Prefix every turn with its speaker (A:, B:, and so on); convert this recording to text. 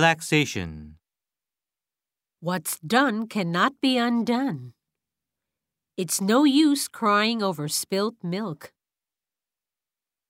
A: Relaxation.
B: What's done cannot be undone. It's no use crying over spilt milk.